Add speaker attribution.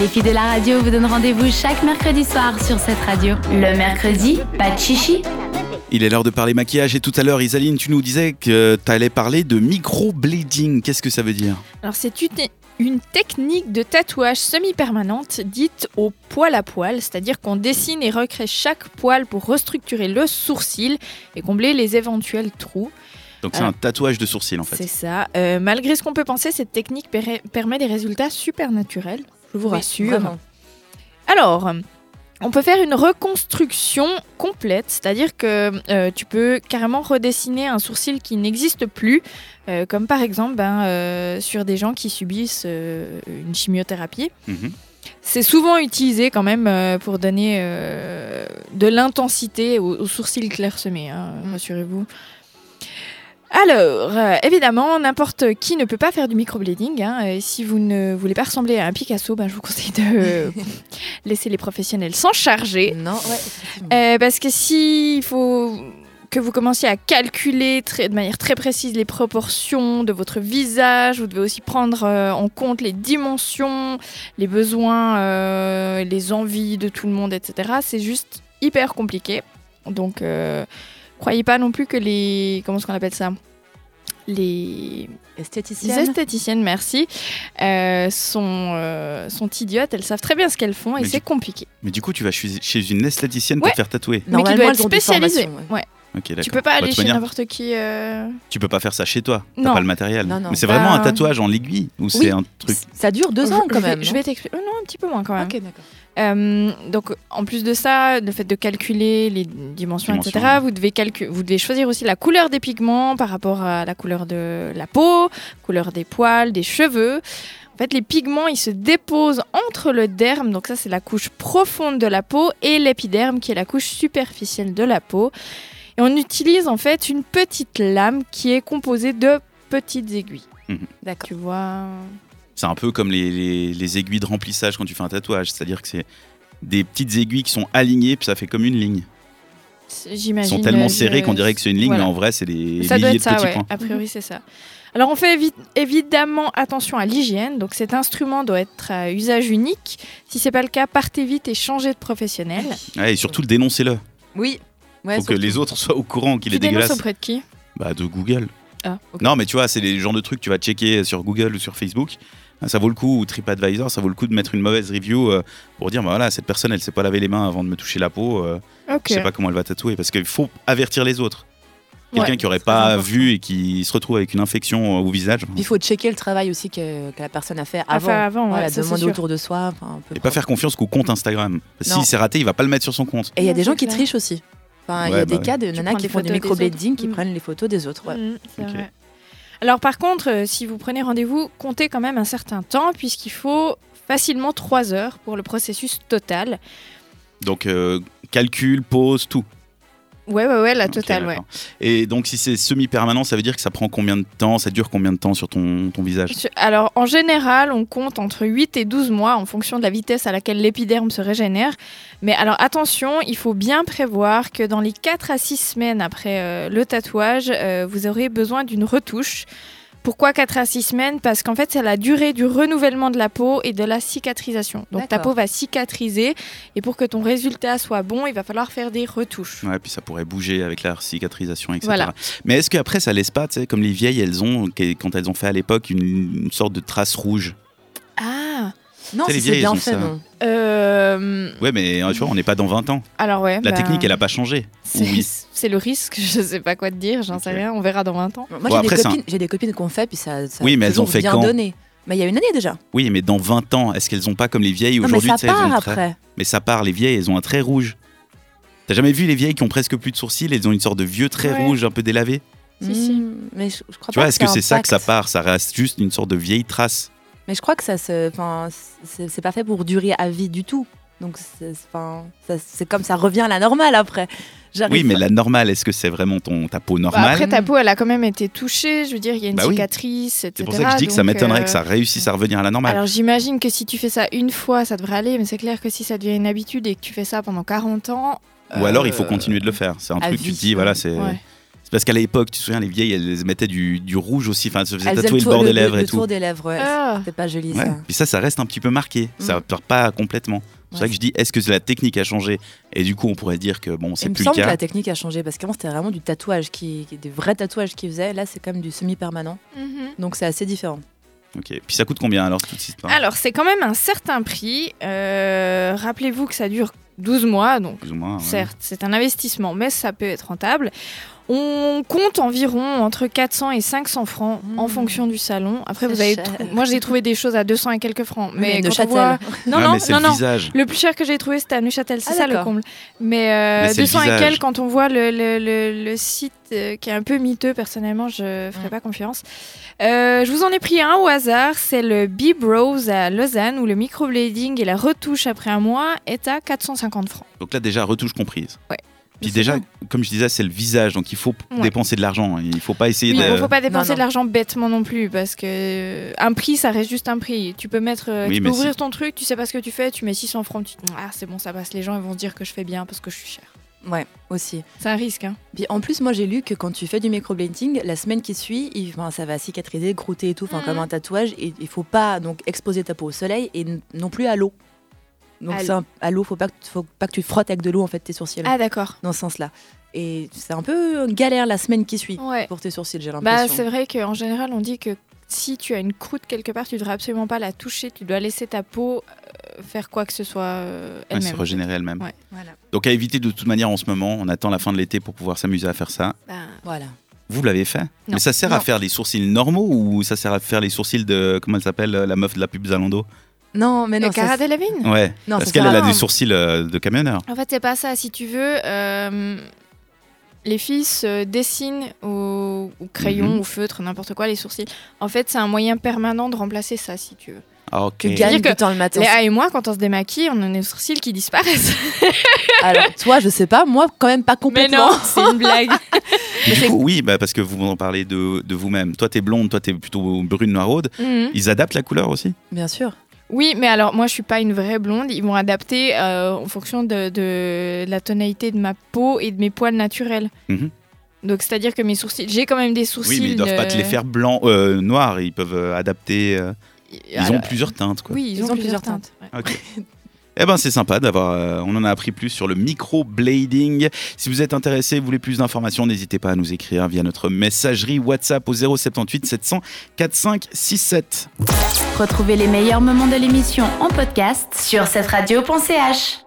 Speaker 1: Les filles de la radio vous donnent rendez-vous chaque mercredi soir sur cette radio. Le mercredi, pas de chichi.
Speaker 2: Il est l'heure de parler maquillage et tout à l'heure, Isaline, tu nous disais que tu allais parler de microblading. Qu'est-ce que ça veut dire
Speaker 3: Alors c'est une, une technique de tatouage semi-permanente dite au poil à poil, c'est-à-dire qu'on dessine et recrée chaque poil pour restructurer le sourcil et combler les éventuels trous.
Speaker 2: Donc c'est un tatouage de sourcil en
Speaker 3: Euh, C'est
Speaker 2: fait.
Speaker 3: ça. Euh, malgré ce qu'on peut penser, cette technique per- permet des résultats super naturels, je vous rassure.
Speaker 4: Vraiment.
Speaker 3: Alors, on peut faire une reconstruction complète, c'est-à-dire que euh, tu peux carrément redessiner un sourcil qui n'existe plus, euh, comme par exemple ben, euh, sur des gens qui subissent euh, une chimiothérapie.
Speaker 2: Mhm.
Speaker 3: C'est souvent utilisé quand même euh, pour donner euh, de l'intensité aux, aux sourcils clairsemés, hein,
Speaker 4: Mm.
Speaker 3: rassurez-vous. Alors, euh, évidemment, n'importe qui ne peut pas faire du microblading. hein, et si vous ne voulez pas ressembler à un Picasso, ben, je vous conseille de euh, laisser les professionnels s'en charger.
Speaker 4: Non, ouais, effectivement.
Speaker 3: Euh, parce que s'il faut que vous commenciez à calculer très- de manière très précise les proportions de votre visage, vous devez aussi prendre euh, en compte les dimensions, les besoins, euh, les envies de tout le monde, etc. C'est juste hyper compliqué. Donc, euh, croyez pas non plus que les... Comment est-ce qu'on appelle ça les, les
Speaker 4: Esthéticienne.
Speaker 3: esthéticiennes, merci, euh, sont, euh, sont idiotes, elles savent très bien ce qu'elles font et
Speaker 2: Mais
Speaker 3: c'est
Speaker 2: du-
Speaker 3: compliqué.
Speaker 2: Mais du coup, tu vas chez chez une esthéticienne pour
Speaker 3: Ouais.
Speaker 2: te faire tatouer.
Speaker 3: Mais qui
Speaker 4: Normalement,
Speaker 3: doit
Speaker 4: elles
Speaker 3: être
Speaker 4: ont des
Speaker 3: spécialisée.
Speaker 4: formations,
Speaker 3: Ouais.
Speaker 2: Ok, d'accord.
Speaker 3: Tu peux pas
Speaker 2: Bah, de
Speaker 3: aller
Speaker 2: toute
Speaker 3: chez
Speaker 2: manière,
Speaker 3: n'importe qui. euh,
Speaker 2: Tu peux pas faire ça chez toi. T'as
Speaker 3: Non.
Speaker 2: pas le matériel.
Speaker 4: Non, non.
Speaker 2: Mais c'est
Speaker 3: Bah,
Speaker 2: vraiment un tatouage en l'aiguille ou c'est un truc.
Speaker 4: Ça dure deux
Speaker 3: je-
Speaker 4: ans
Speaker 3: je
Speaker 4: quand
Speaker 3: vais-
Speaker 4: même.
Speaker 3: Je vais t'expliquer. Euh, non, un petit peu moins quand même.
Speaker 4: Ok, d'accord.
Speaker 3: Euh, donc, en plus de ça, le fait de calculer les dimensions,
Speaker 2: Dimensions,
Speaker 3: etc.,
Speaker 2: ouais.
Speaker 3: vous devez, calcu- vous devez choisir aussi la couleur des pigments par rapport à la couleur de la peau, couleur des poils, des cheveux. En fait, les pigments, ils se déposent entre le derme, donc ça c'est la couche profonde de la peau, et l'épiderme qui est la couche superficielle de la peau. Et on utilise en fait une petite lame qui est composée de petites aiguilles.
Speaker 2: Mhm.
Speaker 4: D'accord.
Speaker 3: Tu vois
Speaker 2: C'est un peu comme les, les- les aiguilles de remplissage quand tu fais un tatouage. C'est-à-dire que c'est des petites aiguilles qui sont alignées puis ça fait comme une ligne. Elles
Speaker 3: J'imagine.
Speaker 2: sont tellement
Speaker 3: euh,
Speaker 2: serrées
Speaker 3: je-
Speaker 2: qu'on dirait que c'est une ligne,
Speaker 3: voilà.
Speaker 2: mais en vrai, c'est des
Speaker 3: Ça doit
Speaker 2: milliers
Speaker 3: être
Speaker 2: de
Speaker 3: ça,
Speaker 2: petits
Speaker 3: ouais.
Speaker 2: points.
Speaker 3: A priori, c'est ça. Alors, on fait évi- évidemment attention à l'hygiène. Donc, cet instrument doit être à usage unique. Si c'est pas le cas, partez vite et changez de professionnel.
Speaker 2: Ouais, et surtout, dénoncez-le.
Speaker 4: Oui. Ouais,
Speaker 2: Faut que
Speaker 4: surtout.
Speaker 2: les autres soient au courant qu'il
Speaker 3: Tu
Speaker 2: est
Speaker 3: dénonces
Speaker 2: dégueulasse.
Speaker 3: auprès de qui
Speaker 2: Bah, de Google.
Speaker 3: Ah, ok.
Speaker 2: Non, mais tu vois, c'est les genres de trucs que tu vas checker sur Google ou sur Facebook. Ah, Ça vaut le coup, ou TripAdvisor, ça vaut le coup de mettre une mauvaise review euh, pour dire, bah voilà, cette personne, elle s'est pas lavé les mains avant de me toucher la peau. euh,
Speaker 3: Ok.
Speaker 2: Je sais pas comment elle va tatouer, parce qu'il faut avertir les autres. Quelqu'un
Speaker 3: Ouais,
Speaker 2: qui aurait
Speaker 3: c'est très
Speaker 2: pas
Speaker 3: important.
Speaker 2: vu et qui se retrouve avec une infection euh, au visage.
Speaker 4: Il faut checker le travail aussi que, que la personne a fait
Speaker 3: Ah,
Speaker 4: avant.
Speaker 3: enfin, avant, ouais,
Speaker 4: Voilà,
Speaker 3: ça, c'est
Speaker 4: demander
Speaker 3: sûr.
Speaker 4: autour de soi. enfin, un peu
Speaker 2: Et pas faire confiance qu'au compte Instagram.
Speaker 4: Non.
Speaker 2: Si c'est raté, il va pas le mettre sur son compte.
Speaker 4: Et il y a
Speaker 3: Non,
Speaker 4: des
Speaker 3: c'est
Speaker 4: gens qui
Speaker 3: clair.
Speaker 4: trichent aussi. Enfin, il y
Speaker 2: Ouais,
Speaker 4: a des
Speaker 2: bah
Speaker 4: cas de nanas
Speaker 3: prends
Speaker 4: qui
Speaker 3: des
Speaker 4: font du
Speaker 3: photos des
Speaker 4: microblading,
Speaker 3: autres.
Speaker 4: qui
Speaker 3: Mm.
Speaker 4: prennent les photos des autres. ouais.
Speaker 3: Mhm, c'est
Speaker 2: Ok.
Speaker 3: vrai. Alors, par contre, euh, si vous prenez rendez-vous, comptez quand même un certain temps, puisqu'il faut facilement 3 heures pour le processus total.
Speaker 2: Donc, euh, calcul, pause, tout.
Speaker 3: Ouais, ouais, ouais, la
Speaker 2: Ok,
Speaker 3: totale, ouais.
Speaker 2: d'accord. Et donc, si c'est semi-permanent, ça veut dire que ça prend combien de temps Ça dure combien de temps sur ton, ton visage
Speaker 3: Sur- Alors, en général, on compte entre 8 et 12 mois en fonction de la vitesse à laquelle l'épiderme se régénère. Mais alors, attention, il faut bien prévoir que dans les 4 à 6 semaines après euh, le tatouage, euh, vous aurez besoin d'une retouche. Pourquoi 4 à 6 semaines Parce qu'en fait, c'est la durée du renouvellement de la peau et de la cicatrisation. Donc, ta
Speaker 4: D'accord.
Speaker 3: peau va cicatriser et pour que ton résultat soit bon, il va falloir faire des retouches.
Speaker 2: Ouais, puis ça pourrait bouger avec la cicatrisation, etc.
Speaker 3: Voilà.
Speaker 2: Mais est-ce qu'après, ça laisse pas, tu sais, comme les vieilles, elles ont, qu'est- quand elles ont fait à l'époque, une, une sorte de trace rouge
Speaker 3: Ah
Speaker 4: Non,
Speaker 2: Tu sais, les
Speaker 4: si c'est
Speaker 2: vieilles,
Speaker 4: bien
Speaker 2: elles ont
Speaker 4: fait,
Speaker 2: ça.
Speaker 4: non.
Speaker 3: euh,
Speaker 2: Ouais, mais euh, tu vois, on n'est pas dans 20 ans.
Speaker 3: Alors, ouais.
Speaker 2: La
Speaker 3: bah,
Speaker 2: technique, elle a pas changé.
Speaker 3: C'est
Speaker 2: Oui.
Speaker 3: c'est le risque, je sais pas quoi te dire, j'en sais
Speaker 2: Ok.
Speaker 3: rien, on verra dans 20 ans.
Speaker 4: Moi,
Speaker 2: Bon,
Speaker 4: j'ai
Speaker 2: après,
Speaker 4: des,
Speaker 2: c'est un-
Speaker 4: copines- j'ai des copines qu'on fait, puis ça, ça a
Speaker 2: Oui, mais elles
Speaker 4: toujours
Speaker 2: ont fait
Speaker 4: bien
Speaker 2: quand
Speaker 4: donné. Mais il y a une année déjà.
Speaker 2: Oui, mais dans 20 ans, est-ce qu'elles ont pas comme les vieilles
Speaker 4: Non, mais
Speaker 2: aujourd'hui
Speaker 4: ça
Speaker 2: tu sais, elles ont
Speaker 4: part
Speaker 2: le trait-
Speaker 4: après.
Speaker 2: Mais ça part, les vieilles, elles ont un trait rouge. T'as jamais vu les vieilles qui ont presque plus de sourcils, elles ont une sorte de vieux trait
Speaker 3: Ouais.
Speaker 2: rouge un peu délavé
Speaker 3: Si,
Speaker 2: Hmm.
Speaker 3: si.
Speaker 4: Mm, Mais je, je crois
Speaker 2: Tu
Speaker 4: pas
Speaker 2: vois, est-ce que c'est ça que ça
Speaker 4: impacte.
Speaker 2: part Ça reste juste une sorte de vieille trace.
Speaker 4: Mais je crois que ça se. Enfin, c'est c'est pas fait pour durer à vie du tout. Donc, c'est enfin, ça- c'est comme ça revient à la normale après. J'arrive
Speaker 2: Oui, mais la normale, est-ce que c'est vraiment ton, ta peau
Speaker 3: Bah,
Speaker 2: normale
Speaker 3: après, ta peau, elle a quand même été touchée, je veux dire, il y a une
Speaker 2: Bah oui.
Speaker 3: cicatrice, etc.
Speaker 2: C'est pour ça que je dis que ça
Speaker 3: donc,
Speaker 2: m'étonnerait
Speaker 3: euh,
Speaker 2: que ça réussisse à revenir à la normale.
Speaker 3: Alors j'imagine que si tu fais ça une fois, ça devrait aller, mais c'est clair que si ça devient une habitude et que tu fais ça pendant 40 ans...
Speaker 2: Ou alors il faut
Speaker 3: euh,
Speaker 2: continuer de le faire. C'est un
Speaker 4: à
Speaker 2: truc, tu
Speaker 4: vie,
Speaker 2: te dis,
Speaker 4: quoi.
Speaker 2: voilà, c'est.
Speaker 3: Ouais.
Speaker 2: C'est Parce qu'à l'époque, tu te souviens, les vieilles, elles mettaient du, du rouge aussi. Enfin, elles se faisaient
Speaker 4: Elle faisait
Speaker 2: tatouer le bord des
Speaker 4: le-
Speaker 2: lèvres
Speaker 4: le
Speaker 2: et tout.
Speaker 4: tour des lèvres, ouais.
Speaker 3: Ah.
Speaker 4: C'était pas joli
Speaker 2: Ouais.
Speaker 4: ça.
Speaker 2: Puis ça, ça reste un petit peu marqué. Ça
Speaker 4: Mm.
Speaker 2: part pas complètement. C'est
Speaker 4: Ouais.
Speaker 2: ça que je dis, est-ce que la technique a changé Et du coup, on pourrait dire que bon,
Speaker 4: Il
Speaker 2: c'est
Speaker 4: me
Speaker 2: plus le
Speaker 4: semble que
Speaker 2: cas.
Speaker 4: la technique a changé parce qu'avant c'était vraiment du tatouage, qui, qui- des vrais tatouages qu'ils faisaient. Là c'est quand même du semi-permanent,
Speaker 3: Mhm.
Speaker 4: donc c'est assez différent.
Speaker 2: Ok. Puis ça coûte combien alors toute cette histoire
Speaker 3: Alors, c'est quand même un certain prix. Euh, Rappelez-vous que ça dure 12 mois, donc
Speaker 2: Plus ou moins. ouais.
Speaker 3: certes, c'est un investissement, mais ça peut être rentable. On compte environ entre 400 et 500 francs en
Speaker 4: Mmh.
Speaker 3: fonction du salon. Après,
Speaker 4: C'est
Speaker 3: vous avez
Speaker 4: cher.
Speaker 3: trou- moi j'ai trouvé des choses à 200 et quelques francs, mais,
Speaker 4: de
Speaker 3: quand on voit- non,
Speaker 2: Ouais,
Speaker 3: non,
Speaker 2: mais c'est
Speaker 3: non,
Speaker 2: le
Speaker 3: non.
Speaker 2: visage.
Speaker 3: Le plus cher que j'ai trouvé, c'était à Neuchâtel, c'est
Speaker 4: Ah,
Speaker 3: ça le
Speaker 4: d'accord.
Speaker 3: comble. Mais, euh,
Speaker 2: Mais c'est le
Speaker 3: 200 et
Speaker 2: visage.
Speaker 3: quelques, quand on voit le, le- le- le site euh, qui est un peu miteux, personnellement, je ferai
Speaker 4: Mm.
Speaker 3: pas confiance. Euh, je vous en ai pris un au hasard, c'est le B-Bros à Lausanne, où le microblading et la retouche après un mois est à 450 francs.
Speaker 2: Donc là, déjà, retouche comprise.
Speaker 3: Ouais.
Speaker 2: Puis
Speaker 4: Mais c'est
Speaker 2: déjà, comme je disais, c'est le visage, donc il faut p-
Speaker 3: Ouais.
Speaker 2: dépenser de l'argent. Il faut pas essayer
Speaker 3: Oui,
Speaker 2: de.
Speaker 3: bon, faut pas dépenser
Speaker 4: non.
Speaker 3: de l'argent bêtement non plus, parce que euh, un prix, ça reste juste un prix. Tu peux mettre, euh,
Speaker 2: Oui,
Speaker 3: tu
Speaker 2: mais
Speaker 3: peux ouvrir
Speaker 2: si-
Speaker 3: ton truc, tu sais pas ce que tu fais, tu mets 600 francs, tu te dis, ah c'est bon, ça passe, les gens ils vont se dire que je fais bien parce que je suis cher.
Speaker 4: Ouais, aussi.
Speaker 3: C'est un risque, hein.
Speaker 4: Puis en plus, moi j'ai lu que quand tu fais du microblading, la semaine qui suit, il- enfin, ça va cicatriser, croûter et tout, enfin
Speaker 3: Mhm.
Speaker 4: comme un tatouage. Et il faut pas donc exposer ta peau au soleil et n- non plus à l'eau. Donc
Speaker 3: À
Speaker 4: c'est un- à l'eau, faut pas que tu- faut pas que tu frottes avec de l'eau en fait tes sourcils
Speaker 3: Ah d'accord.
Speaker 4: dans ce sens-là. Et c'est un peu une galère la semaine qui suit
Speaker 3: Ouais.
Speaker 4: pour tes sourcils, j'ai
Speaker 3: Bah,
Speaker 4: l'impression.
Speaker 3: c'est vrai qu'en général, on dit que si tu as une croûte quelque part, tu devrais absolument pas la toucher, tu dois laisser ta peau euh, faire quoi que ce soit euh,
Speaker 2: Ouais, se
Speaker 3: elle-même.
Speaker 2: régénérer elle-même.
Speaker 3: Ouais.
Speaker 4: voilà.
Speaker 2: Donc à éviter de toute manière en ce moment. On attend la fin de l'été pour pouvoir s'amuser à faire ça.
Speaker 3: Bah,
Speaker 4: Voilà.
Speaker 2: Vous l'avez fait Mais ça sert à
Speaker 4: Non.
Speaker 2: faire les sourcils normaux ou ça sert à faire les sourcils de. Comment elle s'appelle euh, La meuf de la pub Zalando
Speaker 4: Non, mais non,
Speaker 3: et Cara
Speaker 4: ça,
Speaker 3: Delevingne
Speaker 2: Ouais.
Speaker 4: non,
Speaker 2: Parce
Speaker 4: ça
Speaker 2: qu'elle
Speaker 4: sert
Speaker 2: elle
Speaker 4: à
Speaker 2: a
Speaker 4: rien.
Speaker 2: des sourcils euh, de camionneur.
Speaker 3: En fait, c'est pas ça. Si tu veux, euh, les filles se dessinent au, au crayon,
Speaker 2: Mhm.
Speaker 3: au feutre, n'importe quoi, les sourcils. En fait, c'est un moyen permanent de remplacer ça, si tu veux.
Speaker 2: Ah, ok.
Speaker 4: Tu gagnes
Speaker 3: dire
Speaker 4: du
Speaker 3: que
Speaker 4: temps le matin.
Speaker 3: Léa et moi, quand on se démaquille, on a nos sourcils qui disparaissent.
Speaker 4: Alors toi, je sais pas, moi quand même pas
Speaker 3: Mais
Speaker 4: complètement.
Speaker 3: non, c'est une blague.
Speaker 2: Mais du
Speaker 4: c'est-
Speaker 2: coup, oui, bah, parce que vous en parlez de, de vous-même. Toi, t'es blonde, toi, t'es plutôt brune noiraude.
Speaker 4: Mm.
Speaker 3: Mhm.
Speaker 2: Ils adaptent la couleur aussi
Speaker 4: Bien sûr.
Speaker 3: Oui, mais alors moi je suis pas une vraie blonde. Ils vont adapter euh, en fonction de, de la tonalité de ma peau et de mes poils naturels.
Speaker 2: Mhm.
Speaker 3: Donc c'est à dire que mes sourcils, j'ai quand même des sourcils.
Speaker 2: Oui, mais ils doivent
Speaker 3: de-
Speaker 2: pas te les faire blancs, euh, noirs. Ils peuvent euh, adapter. euh, Ils
Speaker 4: Ah,
Speaker 3: Alors,
Speaker 2: ont plusieurs teintes, quoi.
Speaker 3: ah, Oui, ils, ont, plusieurs teintes. Ouais.
Speaker 2: Ok. Eh ben c'est sympa d'avoir, euh, on en a appris plus sur le microblading. Si vous êtes intéressé, vous voulez plus d'informations, n'hésitez pas à nous écrire via notre messagerie WhatsApp au 078 700 4567.
Speaker 1: Retrouvez les meilleurs moments de l'émission en podcast sur cette radio.ch.